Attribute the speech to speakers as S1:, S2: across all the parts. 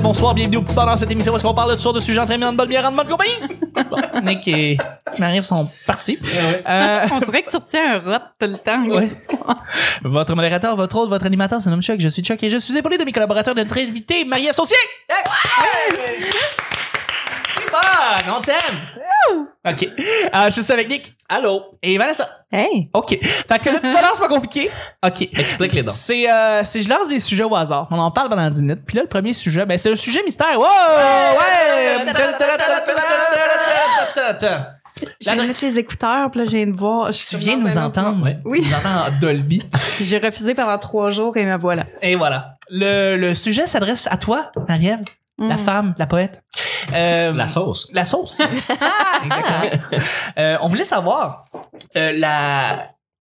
S1: bonsoir, bienvenue au petit bonheur cette émission où est-ce qu'on parle de toutes sortes de sujets entraînés en bonne bière, en bonne compagnie. Bon, Nick et Marie sont partis. Euh,
S2: On dirait que tu retiens un rot tout le temps.
S1: Ouais.
S2: Ouais.
S1: votre modérateur, votre hôte, votre animateur, se nomme Chuck, je suis Chuck et je suis épaulé de mes collaborateurs de notre invité, Marie-Ève Saucier. Hey! Super, on t'aime. OK. Euh, je suis avec Nick. Allô. Et Vanessa.
S2: Hey.
S1: OK. Fait que le petit bonheur, c'est pas compliqué. OK.
S3: Explique les dons.
S1: C'est, euh, c'est, je lance des sujets au hasard. On en parle pendant 10 minutes. Puis là, le premier sujet, ben, c'est un sujet mystère. Wow! Ouais!
S2: J'ai refusé les écouteurs, puis là, je viens de voir.
S1: Tu viens nous entendre. Oui. Tu nous entends en Dolby.
S2: J'ai refusé pendant trois jours et me voilà.
S1: Et voilà. Le, le sujet s'adresse à toi, Marielle,
S2: Mm.
S1: la femme, la poète. Euh,
S3: La sauce.
S1: La sauce. Exactement. Euh, on voulait savoir, euh, la...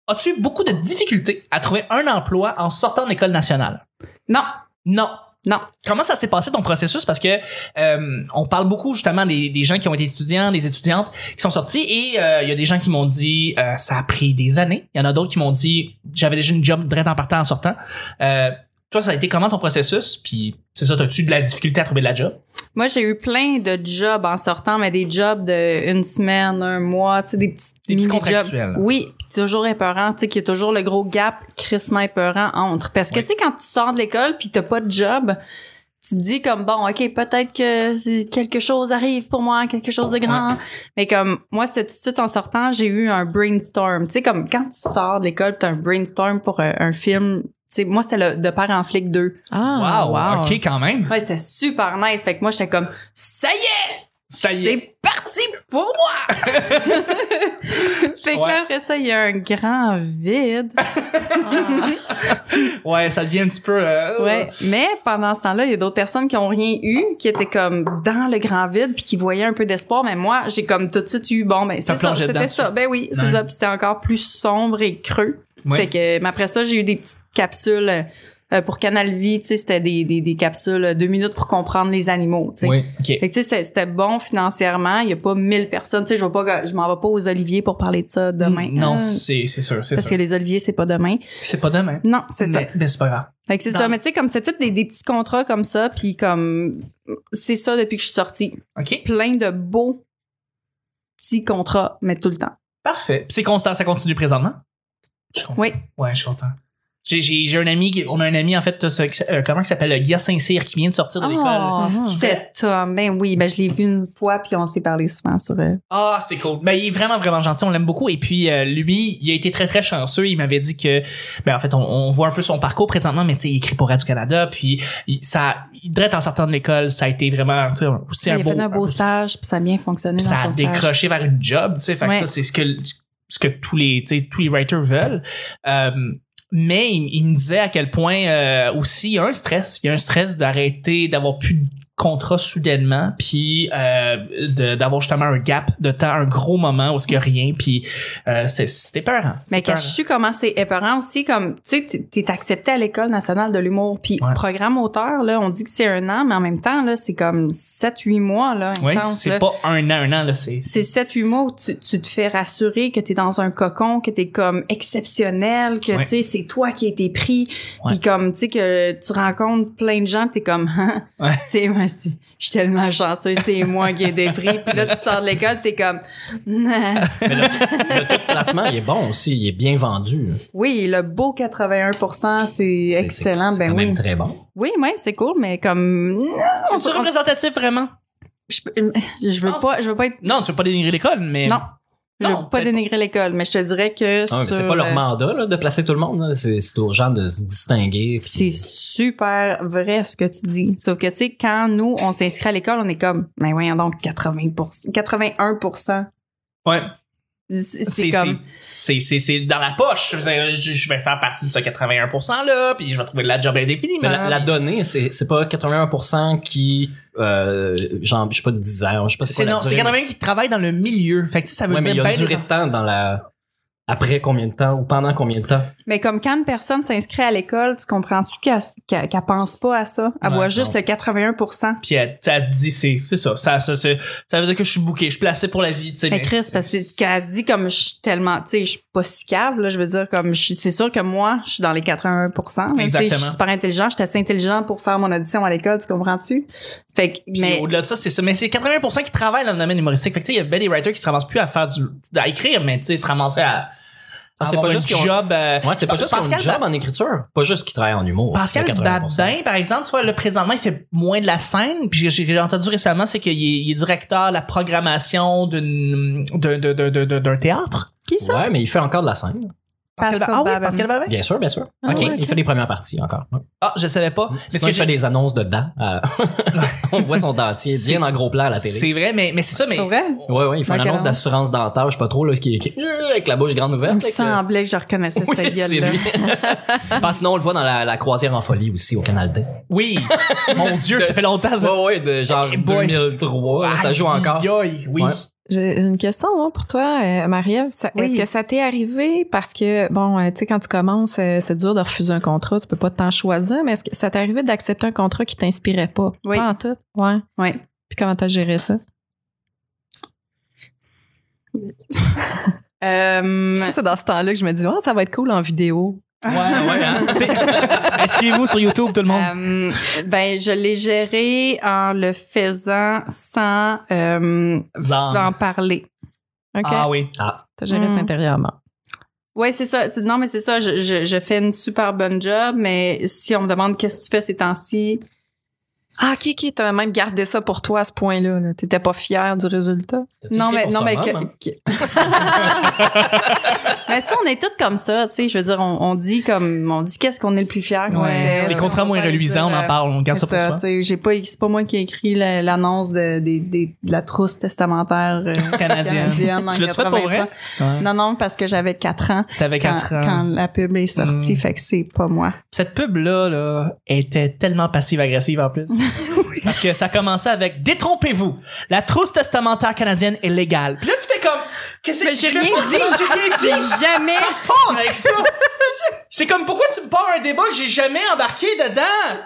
S1: as-tu eu beaucoup de difficultés à trouver un emploi en sortant de l'école nationale?
S2: Non,
S1: Non.
S2: non.
S1: Comment ça s'est passé ton processus? Parce que euh, on parle beaucoup justement des, des gens qui ont été étudiants, des étudiantes qui sont sortis et euh, il y a des gens qui m'ont dit euh, ça a pris des années. Il y en a d'autres qui m'ont dit j'avais déjà une job direct en partant en sortant. Euh, toi, ça a été comment ton processus? Puis c'est ça, t'as-tu de la difficulté à trouver de la job?
S2: Moi, j'ai eu plein de jobs en sortant, mais des jobs de une semaine, un mois, tu sais, des petits,
S1: Des petits
S2: mini-jobs.
S1: contractuels.
S2: Oui, puis toujours épeurant, tu sais, qu'il y a toujours le gros gap crissement épeurant entre. Parce que,
S1: Oui.
S2: tu sais, quand tu sors de l'école puis t'as pas de job, tu te dis comme, bon, OK, peut-être que si quelque chose arrive pour moi, quelque chose de grand. Mais comme, moi, c'est tout de suite en sortant, j'ai eu un brainstorm. Tu sais, comme quand tu sors de l'école pis t'as un brainstorm pour euh, un, un film, tu sais, moi, c'était le De Père en flic 2.
S1: Ah,
S2: Ah, wow.
S1: OK, quand même.
S2: Ouais, c'était super nice. Fait que moi, j'étais comme, ça y est!
S1: Ça y est.
S2: C'est parti pour moi! fait que
S1: Ouais.
S2: là, après ça, il y a un grand vide.
S1: Ouais, ça devient un petit peu. euh,
S2: Ouais. Mais pendant ce temps-là, il y a d'autres personnes qui ont rien eu, qui étaient comme dans le grand vide, puis qui voyaient un peu d'espoir. Mais moi, j'ai comme tout de suite eu, bon, ben, c'est ça,
S1: plongé dedans,
S2: c'était ça.
S1: ça.
S2: Ben oui, c'est
S1: Ouais.
S2: ça. Puis c'était encore plus sombre et creux.
S1: Ouais.
S2: Fait que, mais après ça, j'ai eu des petites capsules euh, pour Canal Vie, tu sais, c'était des, des, des capsules euh, deux minutes pour comprendre les animaux, tu sais.
S1: Oui, OK.
S2: Fait que tu sais, c'était- c'était bon financièrement. Il y a pas 1000 personnes. Tu sais, je vais pas, je m'en vais pas aux oliviers pour parler de ça demain.
S1: Mm, Non,
S2: Hein,
S1: c'est c'est sûr, c'est
S2: parce que
S1: sûr.
S2: les oliviers, c'est pas demain.
S1: C'est pas demain.
S2: Non, c'est ça.
S1: Mais, mais c'est pas grave.
S2: Fait que c'est
S1: Dans-
S2: ça. Mais tu sais, comme c'est tout des, des petits contrats comme ça, puis comme c'est ça depuis que je suis sortie.
S1: OK.
S2: Plein de beaux petits contrats, mais tout le temps.
S1: Parfait. Puis c'est constant, ça continue présentement? Je comprends.
S2: Oui.
S1: Ouais, je suis content. J'ai, j'ai, j'ai un ami, qui- on a un ami en fait, euh, qui s'a- euh, comment qui s'appelle euh, Guy Saint-Cyr, qui vient de sortir de l'école.
S2: Oh,
S1: Mhm.
S2: cet homme. Ben oui, ben je l'ai vu une fois, puis on s'est parlé souvent sur. euh,
S1: Ah, c'est cool. Ben, il est vraiment, vraiment gentil, on l'aime beaucoup. Et puis, euh, lui, il a été très, très chanceux. Il m'avait dit que, ben, en fait, on, on voit un peu son parcours présentement, mais tu sais, il écrit pour Radio-Canada. Puis, il, ça, il, direct en sortant de l'école, ça a été vraiment, tu sais, aussi un
S2: Il a
S1: beau.
S2: fait un beau stage, puis ça a bien fonctionné
S1: Puis
S2: dans
S1: ça a
S2: son stage.
S1: décroché vers une job, tu sais. Fait que
S2: Ouais.
S1: ça, c'est ce que, ce que tous les, tu sais, tous les writers veulent. Euh, mais il, il me disait à quel point euh, aussi il y a un stress. Il y a un stress d'arrêter, d'avoir plus de contrat soudainement, puis euh, de- d'avoir justement un gap de temps, un gros moment où il n'y a rien, puis euh, c'est- c'était peur.
S2: Mais quand je suis comment c'est épeurant aussi, comme, tu sais, t'es- t'es accepté à l'École nationale de l'humour. Puis
S1: Ouais.
S2: programme auteur, là, on dit que c'est un an, mais en même temps, là, c'est comme 7-8 mois, là,
S1: Oui,
S2: intense.
S1: c'est
S2: là.
S1: pas un an, un an, là, c'est...
S2: C'est 7-8 mois où tu, tu te fais rassurer que t'es dans un cocon, que t'es comme exceptionnel, que,
S1: Ouais.
S2: tu sais, c'est toi qui as été pris.
S1: Ouais.
S2: Puis comme, tu sais, que tu rencontres plein de gens, pis t'es comme, Hein,
S1: Ouais.
S2: c'est moi, c'est- je suis tellement chanceux, c'est moi qui ai été pris. Puis là, tu sors de l'école, t'es comme, Nah.
S3: Le taux de placement, il est bon aussi. Il est bien vendu.
S2: oui, le beau 81 c'est
S3: C'est-
S2: excellent,
S3: c'est-
S2: ben
S3: C'est quand
S2: oui.
S3: même très bon.
S2: Oui, oui, c'est cool, mais comme
S1: C'est-tu représentatif, vraiment?
S2: je, peux- euh, je veux pas, je veux pas être
S1: Non, tu veux pas dénigrer l'école, mais...
S2: non, je
S1: Non,
S2: veux pas
S1: peut-être
S2: dénigrer l'école, mais je te dirais que
S3: Ah, mais
S2: sur,
S3: c'est pas leur
S2: euh,
S3: mandat là, de placer tout le monde. là. C'est c'est aux gens de se distinguer.
S2: C'est
S3: puis-
S2: super vrai ce que tu dis. Sauf que tu sais, quand nous on s'inscrit à l'école, on est comme, mais voyons donc 80 81
S1: Ouais,
S2: C'est-
S1: c'est
S2: c'est comme
S1: c'est c'est c'est dans la poche je, veux dire, je- je vais faire partie de ce 81% là puis je vais trouver de la job indéfinie
S3: Mais la, la donnée, c'est c'est pas 81% qui, euh, genre, je sais pas, 10 heures, je sais pas
S1: c'est
S3: quoi la
S1: non c'est
S3: durée.
S1: 81 qui travaille dans le milieu fait que tu sais, ça veut
S3: Ouais,
S1: dire
S3: mais il y a
S1: ben
S3: une durée
S1: des-
S3: de temps dans la... Après combien de temps ou pendant combien de temps?
S2: Mais comme quand une personne s'inscrit à l'école, tu comprends-tu qu'elle qu'elle- qu'elle pense pas à ça? Elle
S3: Ouais,
S2: voit juste
S3: non.
S2: le 81
S1: puis elle, tu sais, elle dit c'est c'est ça ça ça c'est- ça veut dire que je suis booké je suis placé pour la vie tu sais
S2: Mais
S1: mais
S2: Chris,
S1: c'est-
S2: parce que qu'elle se dit comme je suis tellement, tu sais, je suis pas si cave, là, je veux dire, comme je suis- c'est sûr que moi, je suis dans les 81 mais tu sais, je suis
S1: Exactement.
S2: super intelligent, je suis assez intelligent pour faire mon audition à l'école, tu comprends-tu? Fait que,
S1: Puis
S2: mais
S1: au-delà de ça, c'est ça. Mais c'est 80% qui travaillent dans le domaine humoristique. Fait que tu sais, il y a bien des writers qui se ramassent plus à faire du. à écrire, mais tu sais, se ramasser à.
S3: Ah, c'est
S1: avoir
S3: pas
S1: un
S3: juste qu'ils ont-
S1: job. euh,
S3: Ouais, c'est pas juste
S1: Pascal
S3: un job en écriture. Pas juste qu'ils travaillent en humour.
S1: Pascal
S3: c'est 80%.
S1: Babin, par exemple, tu vois, le présentement, il fait moins de la scène. Puis j'ai- j'ai entendu récemment, c'est qu'il est, il est directeur de la programmation d'une- d'un d'un- d'un- d'un- d'un théâtre.
S2: qui ça?
S3: Ouais, mais il fait encore de la scène.
S1: Pascal,
S2: Pascal
S1: ah oui,
S2: Babin.
S1: Pascal Babin.
S3: Bien sûr, bien sûr.
S2: Ah,
S3: ok,
S2: ouais, ok.
S3: il fait des premières parties encore. Ouais.
S1: Ah, je savais pas.
S3: Parce que
S1: que
S3: je fais
S1: j'ai-
S3: des annonces de dents. euh, on voit son dentier
S1: C'est-
S3: bien en gros plan à la télé.
S1: c'est vrai, mais, mais c'est ça, mais.
S2: Pour vrai?
S3: Ouais, ouais, il fait une
S2: Dans quelle
S3: annonce
S2: annonce?
S3: d'assurance dentaire, je sais pas trop, là, qui, qui- avec la bouche grande
S2: Il
S3: ouverte.
S2: me
S3: avec le-
S2: semblait que je reconnaissais
S3: Oui,
S2: cette
S3: c'est
S2: gueule-là.
S3: lui. Parce que sinon, on le voit dans la, la croisière en folie aussi au Canal D.
S1: Oui. Mon Dieu, ça fait longtemps. Ça...
S3: Ouais, ouais, de genre
S1: Eh boy.
S3: 2003, là, ça joue
S1: Aïe,
S3: encore.
S1: aïe, oui.
S3: Ouais.
S4: J'ai une question moi, pour toi, euh, Marie-Ève. Ça-
S2: Oui.
S4: Est-ce que ça t'est arrivé parce que, bon, euh, tu sais, quand tu commences, euh, c'est dur de refuser un contrat, tu peux pas t'en choisir, mais est-ce que ça t'est arrivé d'accepter un contrat qui t'inspirait pas?
S2: Oui.
S4: Pas en tout? Ouais.
S2: Ouais.
S4: Puis comment t'as géré ça?
S2: Euh,
S4: C'est dans ce temps-là que je me dis, oh, ça va être cool en vidéo.
S1: Ouais, ouais, hein. C'est- Inscrivez-vous sur YouTube, tout le monde.
S2: Euh, ben, je l'ai géré en le faisant sans euh,
S1: Zam.
S2: en parler.
S4: OK.
S1: Ah oui.
S4: T'as géré ça
S2: Mm.
S4: intérieurement.
S2: Ouais, c'est ça. C'est- Non, mais c'est ça. Je, je, je fais une super bonne job, mais si on me demande qu'est-ce que tu fais ces temps-ci,
S4: Ah, OK, OK. T'as même gardé ça pour toi à ce point-là. là. T'étais pas fière du résultat.
S3: T'as-tu
S2: non
S3: écrit
S2: mais
S3: pour hein?
S2: non
S3: ça,
S2: mais que,
S3: maman?
S2: que- mais tu sais, on est toutes comme ça. Tu sais, je veux dire, on, on dit comme on dit qu'est-ce qu'on est le plus fier. qu'on
S1: Ouais.
S2: fait.
S1: Les contrats moins
S2: va pas
S1: reluisants, on
S2: dire,
S1: en
S2: euh,
S1: parle, on garde
S2: C'est
S1: ça pour
S2: ça,
S1: soi.
S2: tu sais, j'ai pas, c'est pas moi qui ai écrit la- l'annonce de, des- des- de la trousse testamentaire euh,
S1: Canadienne.
S2: canadienne en
S1: Tu l'as-tu fait pour
S2: 83.
S1: vrai? Ouais.
S2: Non, non, parce que j'avais 4 ans,
S1: T'avais
S2: quand,
S1: 4 ans.
S2: quand la pub est sortie,
S1: Mm.
S2: fait que c'est pas moi.
S1: Cette pub-là là, était tellement passive-agressive en plus. Parce que ça commençait avec Détrompez-vous, la trousse testamentaire canadienne est légale. Puis là, tu fais comme. Qu'est-ce que
S2: Mais j'ai
S1: je veux
S2: rien
S1: pas-
S2: dit.
S1: J'ai rien dit!
S2: jamais!
S1: Ça part avec ça! C'est comme pourquoi tu me pars un débat que j'ai jamais embarqué dedans?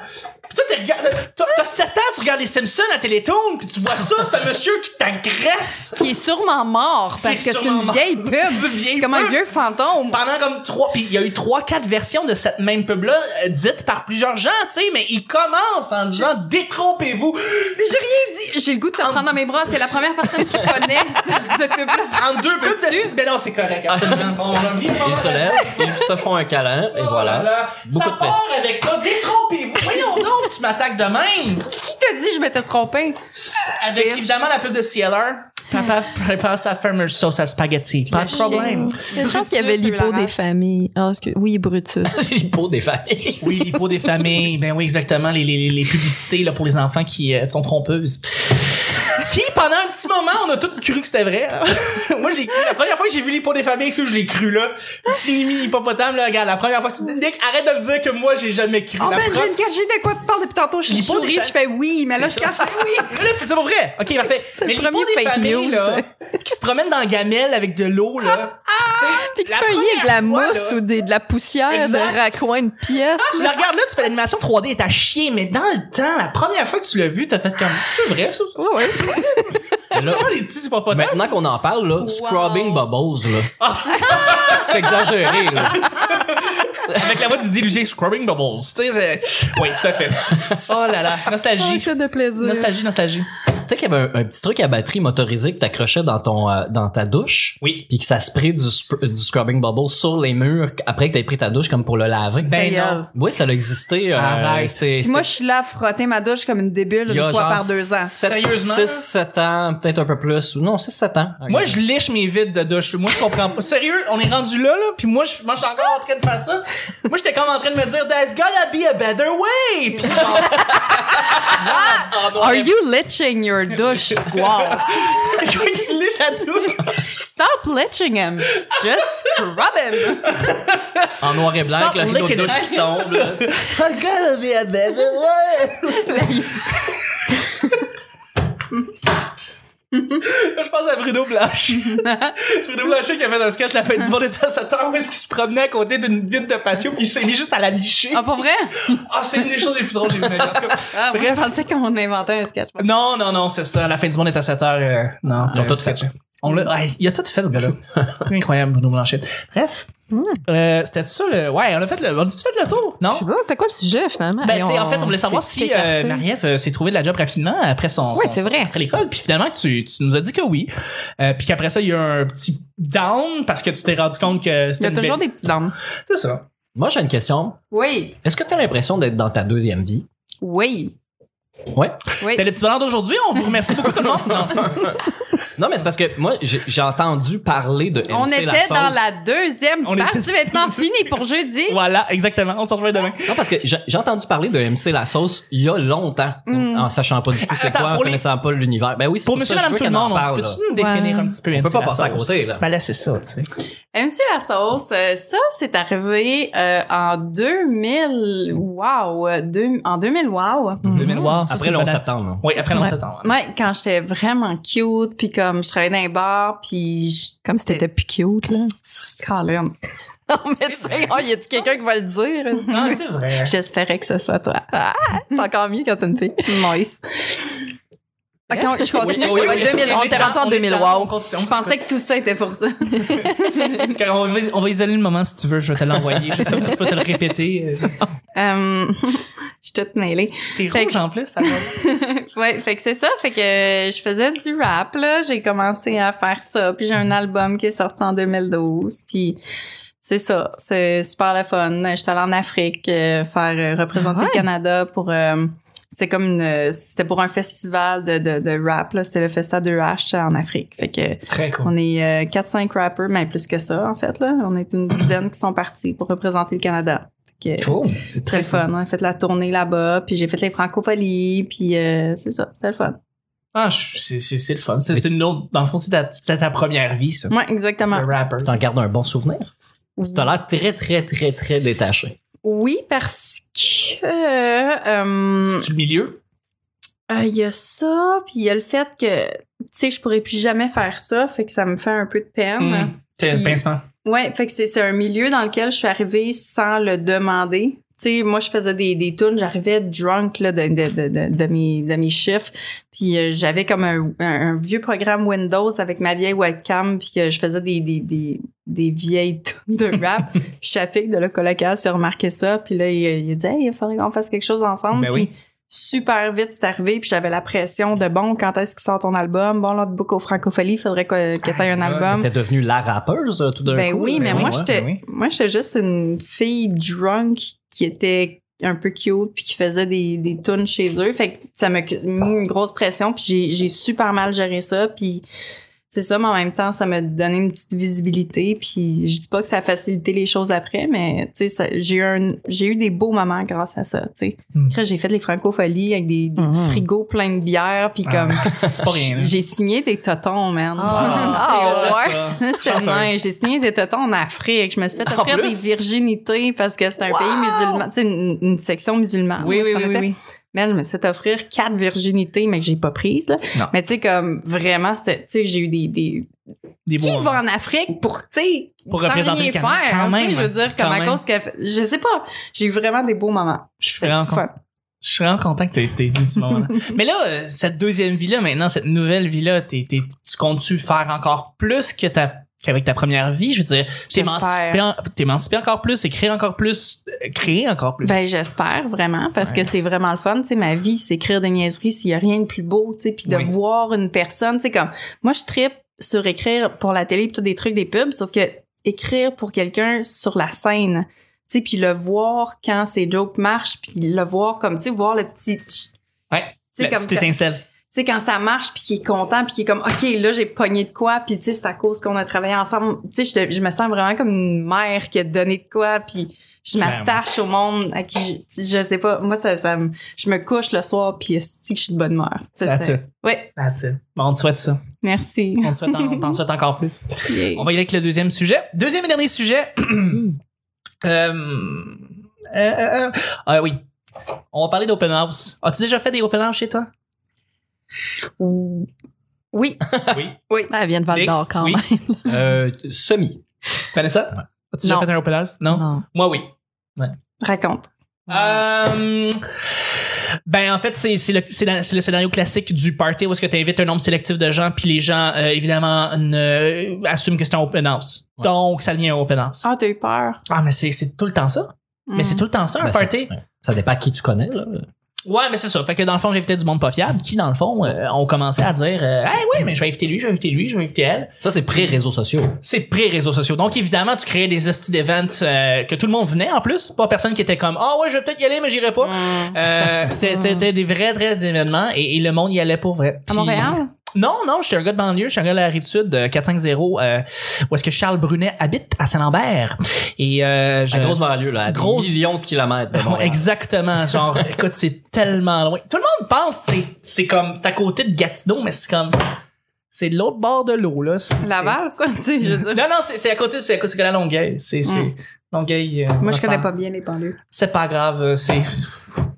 S1: Puis toi, t'es regard- t'as- t'as 7 ans, tu regardes les Simpsons à Télétoon, puis tu vois ça, c'est un monsieur qui t'agresse!
S2: Qui est sûrement mort, parce
S1: Qui est
S2: que c'est
S1: sûrement
S2: une
S1: mort.
S2: vieille pub.
S1: C'est une vieille
S2: C'est comme un
S1: pub.
S2: vieux fantôme.
S1: pendant comme trois puis il y a eu trois quatre versions de cette même pub là dites par plusieurs gens tu sais mais il commence en disant détrompez-vous
S2: Mais j'ai rien dit! J'ai le goût de
S1: Ah.
S2: te prendre dans mes bras, t'es la première personne qui connaît cette pub-là.
S1: en deux pubs de six mais non c'est correct absolument. On a mis-
S3: Ils se lèvent, ils se font un câlin, et
S1: Oh là
S3: voilà.
S1: là.
S3: Beaucoup
S1: ça
S3: de
S1: part avec ça détrompez-vous voyons donc tu m'attaques de même
S2: Qui t'a dit que je m'étais trompée?
S1: avec
S2: Bitch.
S1: évidemment la pub de CLR papa prépare sa fameuse sauce à spaghetti pas de
S2: Le
S1: problème
S4: Je pense qu'il y avait
S2: Brutus,
S4: l'hypo
S2: c'est la
S4: des
S2: rage.
S4: familles. Ah, excuse- oui, Brutus.
S3: C'est l'hypo des familles.
S1: Oui, les pots des familles. Ben oui, exactement. Les, les, les publicités là, pour les enfants qui euh, sont trompeuses. Qui, pendant un petit moment, on a tous cru que c'était vrai. hein. Moi, j'ai cru. La première fois que j'ai vu les pots des familles, je l'ai cru, là. Petit mini hippopotame, là, regarde. La première fois que tu dis, Nick, arrête de me dire que moi, j'ai jamais cru.
S2: Oh
S1: La
S2: ben,
S1: pre-
S2: j'ai une j'ai de quoi tu parles depuis tantôt. Je
S1: Il est pas
S2: souris,
S1: des-
S2: je fais oui, mais là, je
S1: C'est
S2: cache
S1: ça.
S2: oui.
S1: Là, c'est ça pour vrai. OK, parfait.
S4: C'est
S1: Mais
S4: le
S1: les pots
S4: premier
S1: des
S4: fake
S1: familles,
S4: news. Ah,
S1: là, qui se promènent dans la gamelle avec de l'eau, là.
S4: Puis que
S1: La
S4: tu peux y avec de la
S1: première fois,
S4: mousse
S1: là.
S4: ou des- de la poussière,
S1: Exact.
S4: de raccoin de pièces.
S1: Tu la regardes là, tu fais l'animation 3D et t'as chier, mais dans le temps, la première fois que tu l'as vu, t'as fait comme, c'est vrai, ça?
S4: Oui, oui.
S3: Là,
S1: Ah, les petits hippopotames.
S3: Maintenant qu'on en parle, là, scrubbing bubbles, là. c'est exagéré, là.
S1: Avec la voix du dilué Scrubbing Bubbles. Tu sais, c'est- oui, tout à fait. Oh là là, nostalgie.
S4: de plaisir.
S1: Nostalgie, nostalgie.
S3: Tu sais qu'il y avait un, un petit truc à batterie motorisé que t'accrochais dans ton, euh, dans ta douche.
S1: Oui.
S3: Puis que ça spray du, sp- du scrubbing bubble sur les murs après que t'aies pris ta douche comme pour le laver.
S1: Ben Ah,
S2: Ta
S1: non.
S2: gueule.
S3: Oui, ça a existé. euh,
S1: Arrête.
S3: c'était-
S2: Puis moi, je suis là à frotter ma douche comme une débile
S3: Il y a
S2: une fois
S3: genre
S2: par deux ans.
S3: sept-
S1: Sérieusement?
S3: six, sept ans, peut-être un peu plus. ou Non, 6-7 ans.
S1: Moi, je liche mes vides de douche. Moi, je comprends pas. Sérieux, on est rendu là, là, puis moi, je, moi, je suis encore en train de faire ça. Moi, j'étais comme en train de me dire, there's gotta be a better way. Puis genre,
S2: Are you litching your douche walls?
S1: quelqu'un qui liche la douche.
S2: Stop litching him. Just scrub him.
S3: En noir et blanc,
S1: Stop
S3: avec le rideau de
S1: licking it.
S3: douche qui tombe. là.
S1: There's gotta be a better way. je pense à Bruno Blanchet. Bruno Blanchet qui a fait un sketch La fin du monde est à 7 heures où est-ce qu'il se promenait à côté d'une vide de patio puis il s'est mis juste à la licher.
S2: Ah, pas vrai?
S1: Ah, c'est une des choses les plus drôles que j'ai vues. de ma vie. En tout cas,
S2: Ah, moi, je pensais qu'on inventait un sketch.
S1: Non, non, non, c'est ça. La fin du monde est à 7 heures. euh, non,
S3: Ils ont
S1: c'était
S3: tout
S1: c'était-
S3: fait.
S1: On l'a- ouais, il a tout fait ce gars-là. Incroyable, Bruno Blanchet. Bref,
S4: Mm.
S1: euh, c'était ça le. Ouais, on a fait le. On a fait le tour, non?
S4: Je sais pas, c'est quoi le sujet
S2: Ah,
S4: finalement?
S1: Ben,
S4: Et
S1: c'est, en fait, on voulait savoir si
S4: s'est
S1: euh,
S4: écarté.
S1: Marie-Ève euh, s'est trouvée de la job rapidement après son.
S4: Oui,
S1: son-
S4: c'est vrai.
S1: après l'école. Puis finalement, tu, tu nous as dit que oui. Euh, puis qu'après ça, il y a eu un petit down parce que tu t'es rendu compte que
S2: Il y
S1: c'était.
S2: a
S1: une
S2: toujours
S1: belle-
S2: des petites dames.
S1: C'est ça.
S3: Moi, j'ai une question.
S2: Oui.
S3: Est-ce que tu as l'impression d'être dans ta deuxième vie?
S2: Oui.
S3: Ouais.
S2: Oui.
S1: C'était le petit bonheur d'aujourd'hui. On vous remercie beaucoup tout le monde. Non, c'est-
S3: Non, mais c'est parce que moi, j'ai j'ai entendu parler de MC
S2: On était
S3: la sauce.
S2: dans la deuxième
S1: On
S2: partie
S1: était-
S2: maintenant finie pour jeudi.
S1: voilà, exactement. On se rejoint demain.
S3: Non, parce que j'ai j'ai entendu parler de MC La Sauce il y a longtemps, tu sais,
S2: Mm.
S3: en sachant pas du tout
S1: Hmm.
S3: c'est
S1: Attends,
S3: quoi, en
S1: pour les-
S3: connaissant pas l'univers. Ben oui, c'est
S1: Pour
S3: pour,
S1: monsieur,
S3: ça, je
S1: madame,
S3: veux
S1: tout le
S3: qu'elle en
S1: monde, on
S3: parle.
S1: peut-tu
S3: là.
S1: nous définir
S4: Ouais.
S1: un petit peu
S3: peut
S1: MC
S3: pas
S1: la
S3: passer à
S1: sauce?
S3: côté, là.
S1: Ben là, c'est ça, tu sais.
S2: MC La Sauce, euh, ça, c'est arrivé euh, en 2000. Wow! euh, deux- en 2000, wow!
S1: Le mémoire, ça,
S3: Après
S1: c'est
S3: le
S1: une
S3: 11
S1: bonne-
S3: septembre. là.
S1: Oui, après le 11
S4: Ouais.
S1: septembre.
S2: Mhm. Ouais, quand j'étais vraiment cute, puis comme je travaillais dans un bar, puis je...
S4: Comme si t'étais plus cute, là.
S2: Colin,
S4: Non, mais tu sais, oh, y a-tu quelqu'un qui va le dire?
S1: Non, Ah, c'est vrai.
S2: j'espérais que ce soit toi.
S4: C'est encore mieux quand t'es une fille.
S2: Nice. Ok, on- je continue.
S3: Oui, oui, oui.
S4: 2000, on était rendu en 2000, wow.
S2: Je pensais que tout ça était pour ça.
S1: On va, on va isoler le moment si tu veux, je vais te l'envoyer. Juste comme ça, je peux te le répéter. Euh,
S2: Euh, je suis toute mêlée.
S1: T'es
S2: Fait
S1: rouge en plus, ça va.
S2: Ouais, fait que c'est ça. Fait que euh, je faisais du rap, là. J'ai commencé à faire ça. Puis j'ai un album qui est sorti en 2012. Puis c'est ça. C'est super le fun. J'étais allée en Afrique euh, faire euh, représenter
S4: Ah ouais.
S2: le Canada pour... euh, c'est comme une... euh, C'était pour un festival de, de, de rap, là. C'était le Festa de H en Afrique. Fait que
S1: Très cool.
S2: on est 4-5 rappers, mais plus que ça, en fait, là. On est une dizaine qui sont partis pour représenter le Canada. Fait que,
S1: Cool. C'est
S2: C'était
S1: très
S2: le
S1: fun.
S2: fun. On a fait la tournée là-bas, puis j'ai fait les francopholies, puis euh, c'est ça, c'était le fun.
S1: Ah, je- c'est- c'est c'est le fun. C'est c'est une autre. Dans le fond, c'est ta, c'était ta première vie, ça.
S2: Ouais, exactement.
S1: Le rapper.
S3: T'en gardes un bon souvenir? Tu as l'air très, très, très, très détaché.
S2: Oui, parce que euh, euh,
S1: C'est du milieu.
S2: euh, il y a ça, puis il y a le fait que tu sais, je pourrais plus jamais faire ça, fait que ça me fait un peu de peine.
S1: Mm. T'es un
S2: Ah, Puis-
S1: pincement.
S2: Ouais, fait que c'est c'est un milieu dans lequel je suis arrivée sans le demander. Tu sais, moi, je faisais des, des tunes, j'arrivais drunk là, de, de, de, de, de mes, de mes chiffres. Puis euh, j'avais comme un, un- un vieux programme Windows avec ma vieille webcam, puis que je faisais des, des, des, des vieilles tunes de rap. puis Chafik de la colocasse s'est remarqué ça, puis là, il, il a dit Hey, il faudrait qu'on fasse quelque chose ensemble.
S1: Ben
S2: Puis
S1: oui.
S2: super vite, c'est arrivé, puis j'avais la pression de Bon, quand est-ce qu'il sort ton album Bon, l'autre book au francophonie, il faudrait que, que t'aies un
S1: Ah,
S2: album.
S3: T'es devenue la rappeuse euh, tout d'un
S2: Ben
S3: coup?
S2: oui, mais
S1: ben
S2: moi,
S1: ouais,
S2: j'étais,
S1: ben oui.
S2: moi, j'étais juste une fille drunk qui était un peu cute puis qui faisait des, des tunes chez eux. Fait que ça m'a mis une grosse pression puis j'ai, j'ai super mal géré ça puis c'est ça, mais en même temps, ça m'a donné une petite visibilité puis je dis pas que ça a facilité les choses après, mais tu sais, ça- j'ai eu un, j'ai eu des beaux moments grâce à ça, tu sais.
S1: Mm.
S2: Après, j'ai fait les francofolies avec des, des
S4: Mhm.
S2: frigos pleins de bière puis
S1: Hmm. Ah,
S2: comme,
S1: C'est pas rien. là.
S2: j'ai signé des totons, man.
S4: Ah,
S1: Wow.
S4: ouais.
S2: C'était
S1: Chanceuse.
S2: dingue. J'ai signé des tétons en Afrique. Je me suis fait
S3: En
S2: offrir
S3: plus?
S2: des virginités parce que c'est un pays musulman, tu sais, une, une section musulmane.
S1: Oui,
S2: là,
S1: oui,
S2: ce qu'on
S1: oui, oui,
S2: était.
S1: oui.
S2: Mais je me suis fait offrir quatre virginités, mais que j'ai pas prises, là.
S1: Non.
S2: Mais tu sais, comme vraiment, c'était- tu sais, j'ai eu des, des...
S1: Des
S2: Qui
S1: beaux.
S2: va en Afrique pour, tu sais,
S1: Pour
S2: sans
S1: représenter
S2: rien
S1: le
S2: faire?
S1: Canada, quand
S2: tu sais,
S1: même,
S2: Je veux dire, comme
S1: quand
S2: à
S1: même.
S2: cause qu'elle fait- Je sais pas. J'ai eu vraiment des beaux moments.
S1: Je suis vraiment content. Je suis vraiment content que t'aies t'aies dit ce moment-là. Mais là, euh, cette deuxième vie-là, maintenant, cette nouvelle vie-là, t'es- t'es- tu comptes-tu faire encore plus que ta qu'avec ta première vie? Je veux dire, t'émanciper en- t'émanciper encore plus, écrire encore plus, euh, créer encore plus.
S2: Ben j'espère vraiment parce que c'est vraiment le fun, tu sais ma vie c'est écrire des niaiseries, s'il y a rien de plus beau, tu sais puis de
S1: Oui.
S2: voir une personne, tu sais comme moi je tripe sur écrire pour la télé pis tout des trucs des pubs sauf que écrire pour quelqu'un sur la scène, tu sais puis le voir quand ses jokes marchent puis le voir comme tu sais voir le petit tch.
S1: Ouais.
S2: Tu sais,
S1: La
S2: comme
S1: petite étincelle.
S2: tu sais, quand ça marche, puis qu'il est content, puis qu'il est comme, OK, là, j'ai pogné de quoi, puis tu sais, c'est à cause qu'on a travaillé ensemble. Tu sais, je, je me sens vraiment comme une mère qui a donné de quoi, puis je
S1: Clairement.
S2: m'attache au monde à qui, je, je sais pas, moi, ça, ça me, je me couche le soir, puis esti que je suis de bonne humeur. Tu sais,
S1: That's
S2: c'est-
S1: it.
S2: Ouais,
S1: That's it. Bon, on te souhaite ça.
S2: merci.
S1: On te souhaite, en- on t'en souhaite encore plus.
S2: Yeah.
S1: On va y aller avec le deuxième sujet. Deuxième et dernier sujet. Euh, euh, euh, euh, ah oui. On va parler d'open house. As-tu déjà fait des open house chez toi?
S2: Oui,
S1: Oui.
S2: Ah,
S4: Elle vient de Val d'Or quand
S1: Oui.
S4: même.
S3: Euh, semi.
S1: Vanessa?
S3: Ouais.
S1: As-tu déjà
S4: Non.
S1: fait un open house? Non? Moi, oui.
S2: raconte.
S1: Euh, Ben en fait c'est c'est le c'est la- c'est le scénario classique du party où est-ce que tu invites un nombre sélectif de gens puis les gens euh, évidemment ne euh, assument que c'est un open house.
S3: Ouais.
S1: Donc ça devient un open house.
S2: Ah, t'as eu peur. Mm.
S1: Ah mais c'est c'est tout le temps ça.
S4: Mm.
S1: Mais c'est tout le temps ça un
S3: Ben, ça-
S1: party.
S3: ouais. Ça dépend qui tu connais, là.
S1: Ouais, mais c'est ça. Fait que dans le fond, j'invitais du monde pas fiable qui, dans le fond, euh, ont commencé à dire euh, Hey, ouais, mais je vais inviter lui, je vais inviter lui, je vais inviter elle.
S3: Ça, c'est pré-réseaux sociaux.
S1: C'est pré-réseaux sociaux. Donc, évidemment, tu créais des hosties d'events euh, que tout le monde venait en plus. Pas personne qui était comme Ah, ouais, je vais peut-être y aller, mais j'irai pas.
S2: Mm.
S1: Euh, c'est- C'était des vrais, vrais événements et, et le monde y allait pour vrai.
S2: À
S1: Puis-
S2: Montréal?
S1: Non, non, j'étais un gars de banlieue, je suis un gars de la rive sud, 450, euh, où est-ce que Charles Brunet habite à Saint-Lambert. Et euh, je-
S3: La grosse banlieue, là. à des
S1: Grosse-
S3: millions de kilomètres. de
S1: Ouais,
S3: Montréal.
S1: exactement. Genre, écoute, c'est tellement loin. Tout le monde pense que c'est c'est comme c'est à côté de Gatineau, mais c'est comme c'est de l'autre bord de l'eau là. C'est-
S2: Laval, ça, tu sais, je veux
S1: Non
S2: dire.
S1: non, c'est c'est à côté, c'est à côté de la Longueuil. C'est c'est
S2: Mm.
S1: Longueuil. euh,
S2: Moi, je
S1: Brossard.
S2: connais pas bien les banlieues.
S1: C'est pas grave, euh, c'est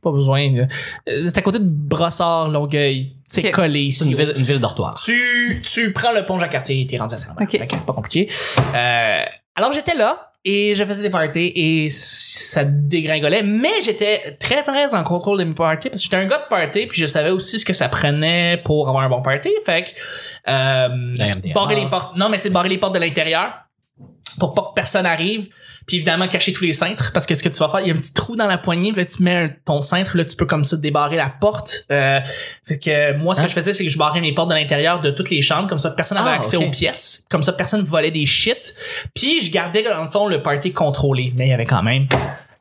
S1: pas besoin. de- Euh, C'est à côté de Brossard, Longueuil. C'est
S2: Ok.
S1: collé
S3: C'est
S1: ici.
S3: une ville, une ville dortoir.
S1: Tu, tu prends le pont Jacques-Cartier, t'es rendu à Saint-Lambert.
S2: Ok.
S1: Fait que C'est pas compliqué. Euh, alors, j'étais là et je faisais des parties et ça dégringolait, mais j'étais très, très en contrôle de mes parties parce que j'étais un gars de party puis je savais aussi ce que ça prenait pour avoir un bon party. Fait que, euh,
S3: La MDR.
S1: barrer les portes, non, mais tu sais, barrer les portes de l'intérieur pour pas que personne arrive puis évidemment cacher tous les cintres parce que ce que tu vas faire il y a un petit trou dans la poignée puis là tu mets un- ton cintre là tu peux comme ça débarrer la porte euh, fait que moi ce que
S3: Hein?
S1: je faisais c'est que je barrais mes portes de l'intérieur de toutes les chambres comme ça personne n'avait
S3: Ah,
S1: accès
S3: ok.
S1: aux pièces comme ça personne volait des shit puis je gardais dans le fond le party contrôlé mais il y avait quand même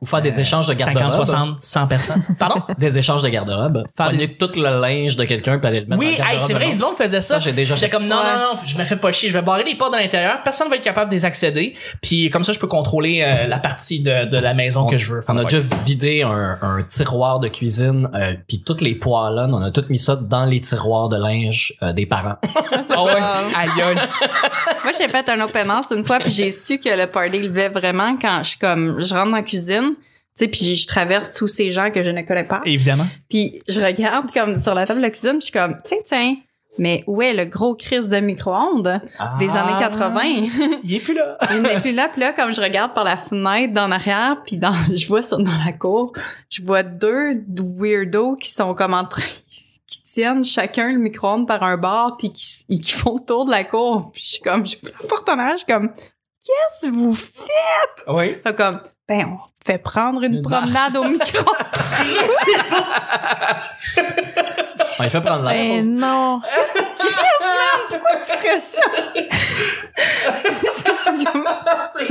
S3: Ou faire
S1: Euh,
S3: des échanges de
S1: 50
S3: garde-robe.
S1: 60 100 personnes pardon
S3: Des échanges de garde-robe.
S1: Faire
S3: Pogner
S1: des-
S3: tout le linge de quelqu'un puis aller le mettre
S1: oui
S3: dans le
S1: hey,
S3: garde-robe
S1: c'est
S3: de
S1: vrai
S3: l'autre.
S1: du monde faisait
S3: Ça,
S1: ça
S3: j'ai déjà fait
S1: J'étais comme non,
S2: Ouais.
S1: non, non, je me fais pas chier, je vais barrer les portes de l'intérieur, personne va être capable de les accéder, puis comme ça je peux contrôler euh, la partie de, de la maison
S3: On-
S1: que je veux.
S3: On a
S1: Ouais.
S3: déjà vidé un, un tiroir de cuisine, euh, puis toutes les poêlonnes, on a tout mis ça dans les tiroirs de linge euh, des parents.
S1: Ah ouais,
S2: Ah.
S1: aïe, aïe.
S2: Moi, j'ai fait un open house une fois, puis j'ai su que le party levait vraiment quand je, suis comme, je rentre dans la cuisine, tu sais, puis je traverse tous ces gens que je ne connais pas.
S1: Évidemment.
S2: Puis je regarde comme sur la table de la cuisine, puis je suis comme, tiens, tiens, mais où est le gros crise de micro-ondes des
S1: Ah.
S2: années 80?
S1: Il est plus là.
S2: Il n'est plus là, puis là, comme je regarde par la fenêtre d'en arrière, puis dans, je vois sur, dans la cour, je vois deux weirdos qui sont comme en train, qui tiennent chacun le micro-ondes par un bord, puis qui, s- et qui font le tour de la cour. Puis je suis comme, je prends le partenaire, je suis comme, qu'est-ce que vous faites?
S1: Oui.
S2: Là, comme, ben, on fait prendre une
S3: Une
S2: promenade au micro.
S3: On les fait prendre l'air.
S4: Ben non.
S2: Qu'est-ce qui reste, man? Pourquoi tu ferais ça?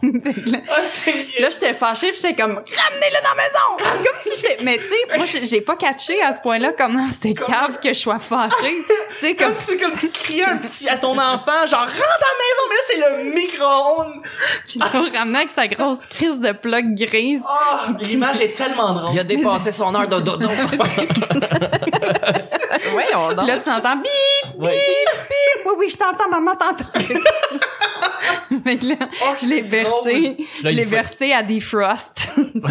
S1: Ah,
S2: Là, j'étais fâchée, puis j'étais comme, ramenez-le dans la maison! Comme si j'étais. Mais tu sais, moi, j'ai j'ai pas catché à ce point-là comment c'était cave que je sois fâchée. Tu sais, comme.
S1: Comme tu, comme tu criais un petit, à ton enfant, genre, rentre à la maison, mais là, c'est le micro-ondes.
S2: Puis là, on ramenait avec sa grosse crise de plug grise.
S1: Oh, l'image est tellement drôle.
S3: Il a dépassé son heure de dodo.
S4: Oui, on
S2: Puis là, tu entends bip, bip, bip. Oui, oui, je t'entends, maman, t'entends. Mais là, je l'ai versé. je
S3: Là, il
S2: l'ai
S3: faut-
S2: versé à Defrost.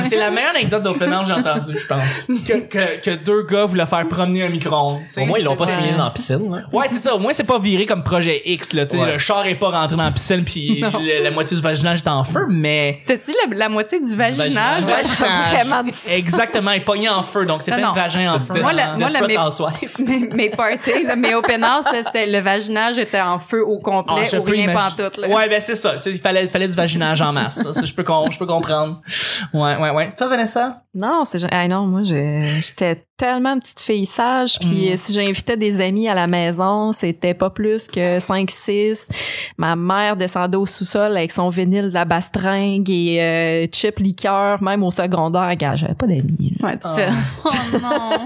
S1: C'est la meilleure anecdote d'open house que j'ai entendue, je pense. Que, que, que deux gars voulaient faire promener un micro-ondes.
S3: Au moins, ils l'ont pas
S2: C'est
S3: signé
S2: vrai.
S3: dans la piscine. là.
S1: Ouais, c'est ça. Au moins, c'est pas viré comme projet X, là. tu sais
S3: Ouais.
S1: Le char est pas rentré dans la piscine, puis le- la moitié du vaginage est en feu, mais.
S2: T'as-tu la, la moitié du vaginage?
S1: vaginage.
S4: vraiment dit ça.
S1: Exactement, il est pogné en feu, donc c'est
S2: Non,
S1: pas
S2: non.
S1: le vagin en feu.
S2: Moi, la- moi, la-
S3: Desperate
S2: mais-
S3: Housewife.
S2: mes, mes parties, là, mes open house, là, c'était le vaginage était en feu au
S1: Ah,
S2: complet,
S1: je
S2: ou
S1: peux
S2: rien
S1: imaginer-
S2: pantoute. Là.
S1: Ouais, ben c'est ça. C'est- Il fallait, il fallait du vaginage en masse. Ça, c'est- je, peux com- je peux comprendre. Ouais, ouais, ouais. Toi, Vanessa?
S4: Non, c'est gen- ah non, moi je- j'étais tellement une petite fille sage puis
S1: Mm.
S4: euh, si j'invitais des amis à la maison, c'était pas plus que 5 6. Ma mère descendait au sous-sol avec son vinyle de la bastringue et euh, chip liqueur même au secondaire, gars, j'avais pas d'amis. là.
S2: Ouais, tu
S1: Ah.
S2: fais. Oh non!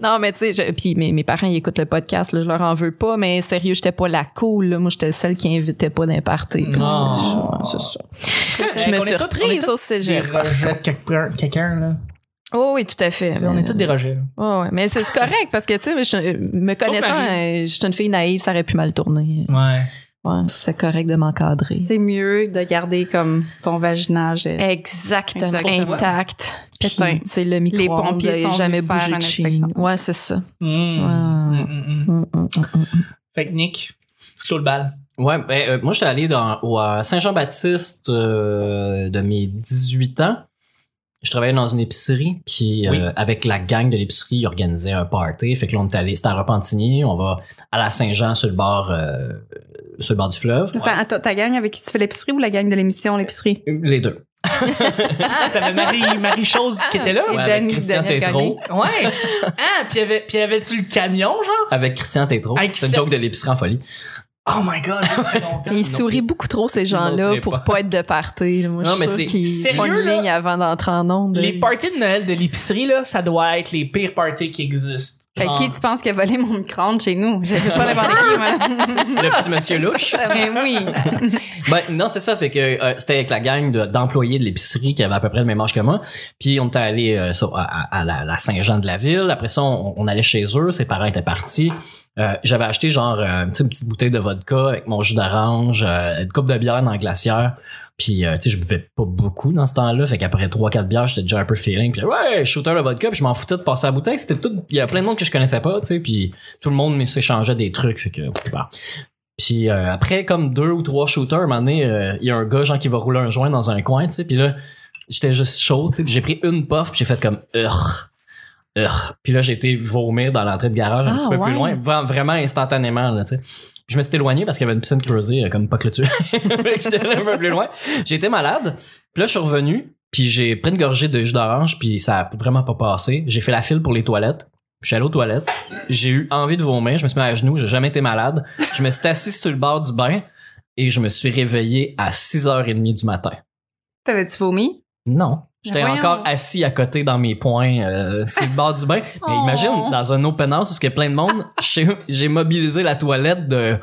S4: Non, mais tu sais, je- puis mes, mes parents ils écoutent le podcast, là, je leur en veux pas, mais sérieux, j'étais pas la cool, là. moi j'étais celle qui invitait pas d'imparter parce
S1: Non.
S4: que je- ouais, c'est ça. Je
S1: correct.
S4: me
S1: On est
S4: suis
S1: tous- on est
S4: reprise
S1: tous
S4: au cégep. par contre.
S1: quelqu'un, quelqu'un, là.
S4: Oh oui, tout à fait.
S1: On
S4: mais-
S1: est tous des rejets.
S4: Ouais, ouais, mais c'est c'est correct parce que, tu sais, je- me connaissant,
S1: Marie.
S4: euh, je suis une fille naïve, ça aurait pu mal tourner.
S1: Ouais.
S4: Ouais, c'est correct de m'encadrer.
S2: C'est mieux de garder comme ton vaginage. euh,
S4: Exactement,
S2: Exactement.
S4: intact. Puis,
S2: Putain.
S4: tu sais, le micro-ondes
S2: pompiers
S4: a
S2: sont venus
S4: jamais
S2: faire
S4: bougé
S2: une
S4: de chez
S2: inspection.
S4: nous. Ouais, c'est ça.
S1: Mm.
S4: Ouais.
S1: Mm, mm, mm.
S4: Mm, mm, mm, mm.
S1: Fait que Nick, tu clôt le bal.
S3: Ouais, ben, euh, moi, j'étais allé dans, au euh, Saint-Jean-Baptiste euh, de mes 18 ans. je travaillais dans une épicerie, puis
S1: Oui.
S3: euh, avec la gang de l'épicerie, ils organisaient un party. Fait que là, on est allé, c'était à Repentigny, on va à la Saint-Jean sur le bord, euh, sur le bord du fleuve.
S2: Enfin, Eh, attends, ta gang avec qui tu fais l'épicerie ou la gang de l'émission l'épicerie?
S3: Euh, Les deux.
S1: Ah, t'avais Marie, Marie Chose qui était là.
S2: Et
S3: Ouais, avec
S2: Dani-
S3: Christian
S2: Daniel
S3: Tétrault.
S1: Ouais. Ah, pis avait, puis avait-tu le camion, genre?
S3: Avec Christian Tétrault.
S1: Avec
S3: C'est une
S1: Christian-
S3: joke de l'épicerie en folie.
S1: Oh my god, ça fait longtemps.
S4: Ils
S3: Non.
S4: sourient beaucoup trop, ces gens-là,
S3: montrez
S4: pour
S3: pas.
S4: pas. être de party. là. Moi,
S3: Non,
S4: je
S3: mais
S4: suis
S3: c'est-
S4: sûre qu'ils font
S1: sérieux,
S4: une
S1: là?
S4: ligne avant d'entrer en onde.
S1: Les parties de Noël de l'épicerie, là, ça doit être les pires parties qui existent.
S2: Fait
S1: Genre-
S2: qui tu penses qui a volé mon micro-ondes chez nous? J'avais pas n'importe qui, moi.
S3: Le petit monsieur louche.
S2: Mais oui.
S3: Ben, non, c'est ça. Fait que euh, c'était avec la gang de- d'employés de l'épicerie qui avait à peu près le même âge que moi. Puis on était allé euh, sur- à, à- à la, la Saint-Jean de la ville. Après ça, on, on allait chez eux. Ses parents étaient partis. Euh, J'avais acheté genre euh, tu sais, une petite bouteille de vodka avec mon jus d'orange, euh, une coupe de bière dans la glacière. Puis euh, tu sais, je buvais pas beaucoup dans ce temps-là. Fait qu'après 3-4 bières, j'étais déjà un peu feeling. Puis ouais, shooter de vodka. Puis je m'en foutais de passer à la bouteille. C'était tout. Il y a plein de monde que je connaissais pas. Tu sais, puis tout le monde s'échangeait des trucs. Fait que bah. Puis euh, après, comme deux ou trois shooters, à un moment donné, euh, il y a un gars genre qui va rouler un joint dans un coin, tu sais. Puis là, j'étais juste chaud, tu sais. Puis j'ai pris une puff, puis j'ai fait comme urgh, urgh. Puis là, j'ai été vomir dans l'entrée de garage un
S4: Ah,
S3: petit peu plus
S4: ouais.
S3: loin, vra- vraiment instantanément, là, tu sais. Puis Je me suis éloigné parce qu'il y avait une piscine creusée euh, comme pas clôturée. Fait que J'étais allé un peu plus loin. J'ai été malade. Puis là, je suis revenu. Puis j'ai pris une gorgée de jus d'orange. Puis ça a vraiment pas passé. J'ai fait la file pour les toilettes. Je suis allé aux toilettes. J'ai eu envie de vomir. Je me suis mis à genoux. J'ai jamais été malade. Je me suis assis sur le bord du bain. Et je me suis réveillé à 6h30 du matin.
S2: T'avais-tu vomi?
S3: Non. J'étais
S2: Voyons.
S3: encore assis à côté dans mes poings euh, sur le bord du bain. Mais
S2: Oh.
S3: imagine, dans un open house où il y a plein de monde, j'ai j'ai mobilisé la toilette de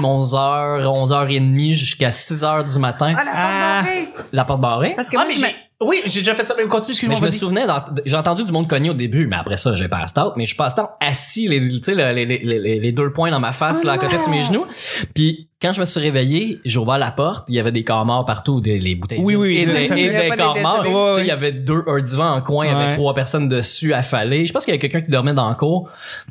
S3: 11h, 11h30 jusqu'à 6h du matin.
S2: Ah, la porte
S1: Ah.
S2: barrée!
S3: La porte barrée.
S2: Parce que
S1: Ah,
S2: moi,
S1: mais
S2: je me-
S1: j'ai. Oui, j'ai déjà fait ça, mais continue,
S3: Mais
S1: excuse-moi.
S3: je me
S1: vas-y.
S3: souvenais, dans- j'ai entendu du monde cogner au début, mais après ça, j'ai pas out. Mais je suis passé out assis, les, tu sais, les, les- les- les deux poings dans ma face,
S2: Oh
S3: là, à côté
S2: non.
S3: sur mes
S1: Ah.
S3: genoux. Puis quand je me suis réveillé, j'ai ouvert la porte, il y avait des corps morts partout, des les bouteilles.
S1: Oui,
S3: vides
S1: oui,
S3: et,
S1: des-
S3: des-
S1: ça
S3: et
S2: voulait
S3: des
S2: pas
S3: corps
S2: les
S3: morts.
S2: déceler.
S3: Tu sais, Il y avait deux, un divan en coin
S1: Ouais.
S3: avec trois personnes dessus affalées. Je pense qu'il y a quelqu'un qui dormait dans le cours.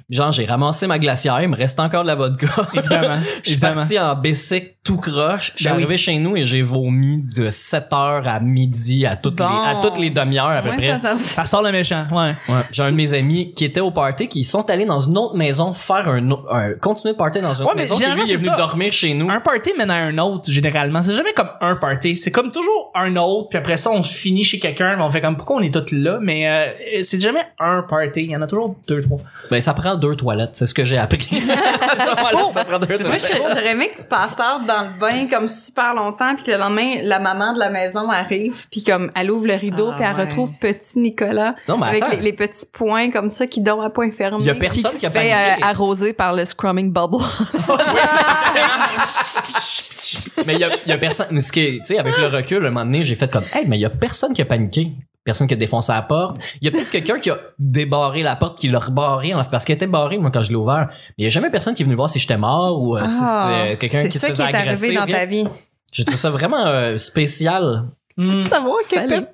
S3: Genre, j'ai ramassé ma glacière, il me reste encore de la vodka.
S1: Évidemment.
S3: Je suis
S1: évidemment.
S3: parti en bicycle tout croche. Je suis
S1: Ben oui.
S3: arrivé chez nous et j'ai vomi de 7h à midi à toutes
S2: Bon.
S3: les, à toutes les demi-heures à peu
S2: Ouais,
S3: près.
S2: ça sent-
S1: Ça sort le méchant, ouais.
S3: Ouais. J'ai un de mes amis qui était au party, qui sont allés dans une autre maison faire un, au- un continuer de party dans une
S1: Ouais,
S3: autre
S1: mais
S3: maison. Puis lui,
S1: généralement,
S3: il est
S1: c'est
S3: venu
S1: ça.
S3: dormir chez nous.
S1: Un party mène à un autre, généralement. C'est jamais comme un party. C'est comme toujours un autre, puis après ça, on finit chez quelqu'un, mais on fait comme pourquoi on est tous là, mais euh, c'est jamais un party. Il y en a toujours deux, trois.
S3: Ben, ça prend deux toilettes. C'est ce que j'ai appris. c'est ça, voilà, ça prend deux
S1: C'est ça
S3: toilettes.
S1: que
S2: Moi, J'aurais aimé que tu passes hors dans le bain comme super longtemps, puis que le lendemain, la maman de la maison arrive, puis comme elle ouvre le rideau,
S1: Ah,
S2: puis elle
S1: ouais.
S2: retrouve petit Nicolas
S3: Non, Oh, mais
S2: avec
S3: attends.
S2: les, les petits points comme ça qui dorment à point fermé.
S3: Il y a
S4: Puis
S3: personne
S4: qui
S3: qui
S4: se
S3: a pas
S4: fait euh,
S3: de
S4: arroser par le scrumming bubble.
S3: Mais il y a, il y a personne. mais ce qui est- Tu sais, avec le recul, un moment donné, j'ai fait comme, hey, mais il y a personne qui a paniqué. Personne qui a défoncé la porte. Il y a peut-être quelqu'un qui a débarré la porte, qui l'a rebarré, en fait, parce qu'elle était barrée, moi, quand je l'ai ouvert. Mais il y a jamais personne qui est venu voir si j'étais mort ou euh, si c'était quelqu'un
S2: Ah, c'est
S3: qui
S2: ça
S3: se faisait
S2: qui est
S3: agresser.
S2: arrivé dans
S3: Rien.
S2: ta vie.
S3: J'ai trouvé ça vraiment euh, spécial.
S1: Hmm.
S2: Savoir que,
S4: Salé.
S2: pe-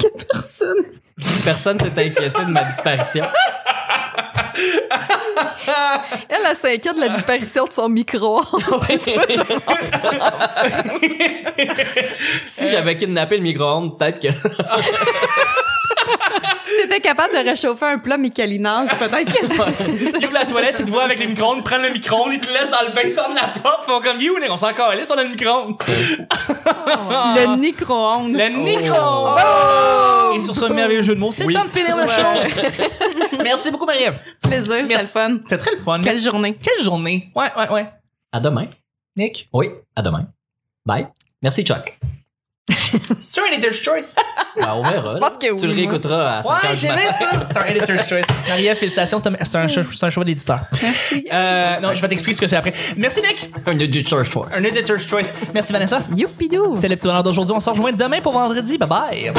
S2: que personne.
S3: Personne s'est inquiété de ma disparition.
S4: Elle, elle s'inquiète de la disparition de son micro.
S3: si j'avais kidnappé le micro-ondes, peut-être que
S2: Si t'étais capable de réchauffer un plat Michelinas, peut-être que ça.
S1: Il ouvre la toilette, il te voit avec les micro-ondes, prennent le micro-ondes, ils te laissent dans le bain, ils ferment la porte, ils font comme you, on s'en calisse, on a le micro-ondes.
S2: le micro-ondes.
S1: Le micro-ondes! Et sur ce merveilleux jeu de mots, c'est
S3: Oui.
S1: le temps de finir le
S2: Ouais.
S1: show. Merci beaucoup, Marie-Ève.
S2: plaisir, c'est le
S1: Merci.
S2: fun.
S1: C'était très le fun.
S2: Quelle
S1: Merci.
S2: journée.
S1: Quelle journée. Ouais, ouais, ouais.
S3: à demain.
S1: Nick.
S3: Oui, à demain. Bye. Merci Chuck.
S1: C'est un editor's choice.
S3: Ben, on verra.
S4: pense que
S3: tu
S4: oui,
S3: le réécouteras à 5
S1: Ouais,
S3: heures du
S1: j'aimais
S3: matin.
S1: ça. C'est un editor's choice. Marie-Ève, félicitations, c'est un- c'est un, cho- c'est un choix d'éditeur.
S2: Merci.
S1: Euh, non, je vais t'expliquer ce que c'est après. Merci, Nick.
S3: Un editor's choice.
S1: Un editor's choice. Merci, Vanessa.
S4: Youpidou!
S1: C'était le petit bonheur d'aujourd'hui. On se rejoint demain pour vendredi. Bye bye.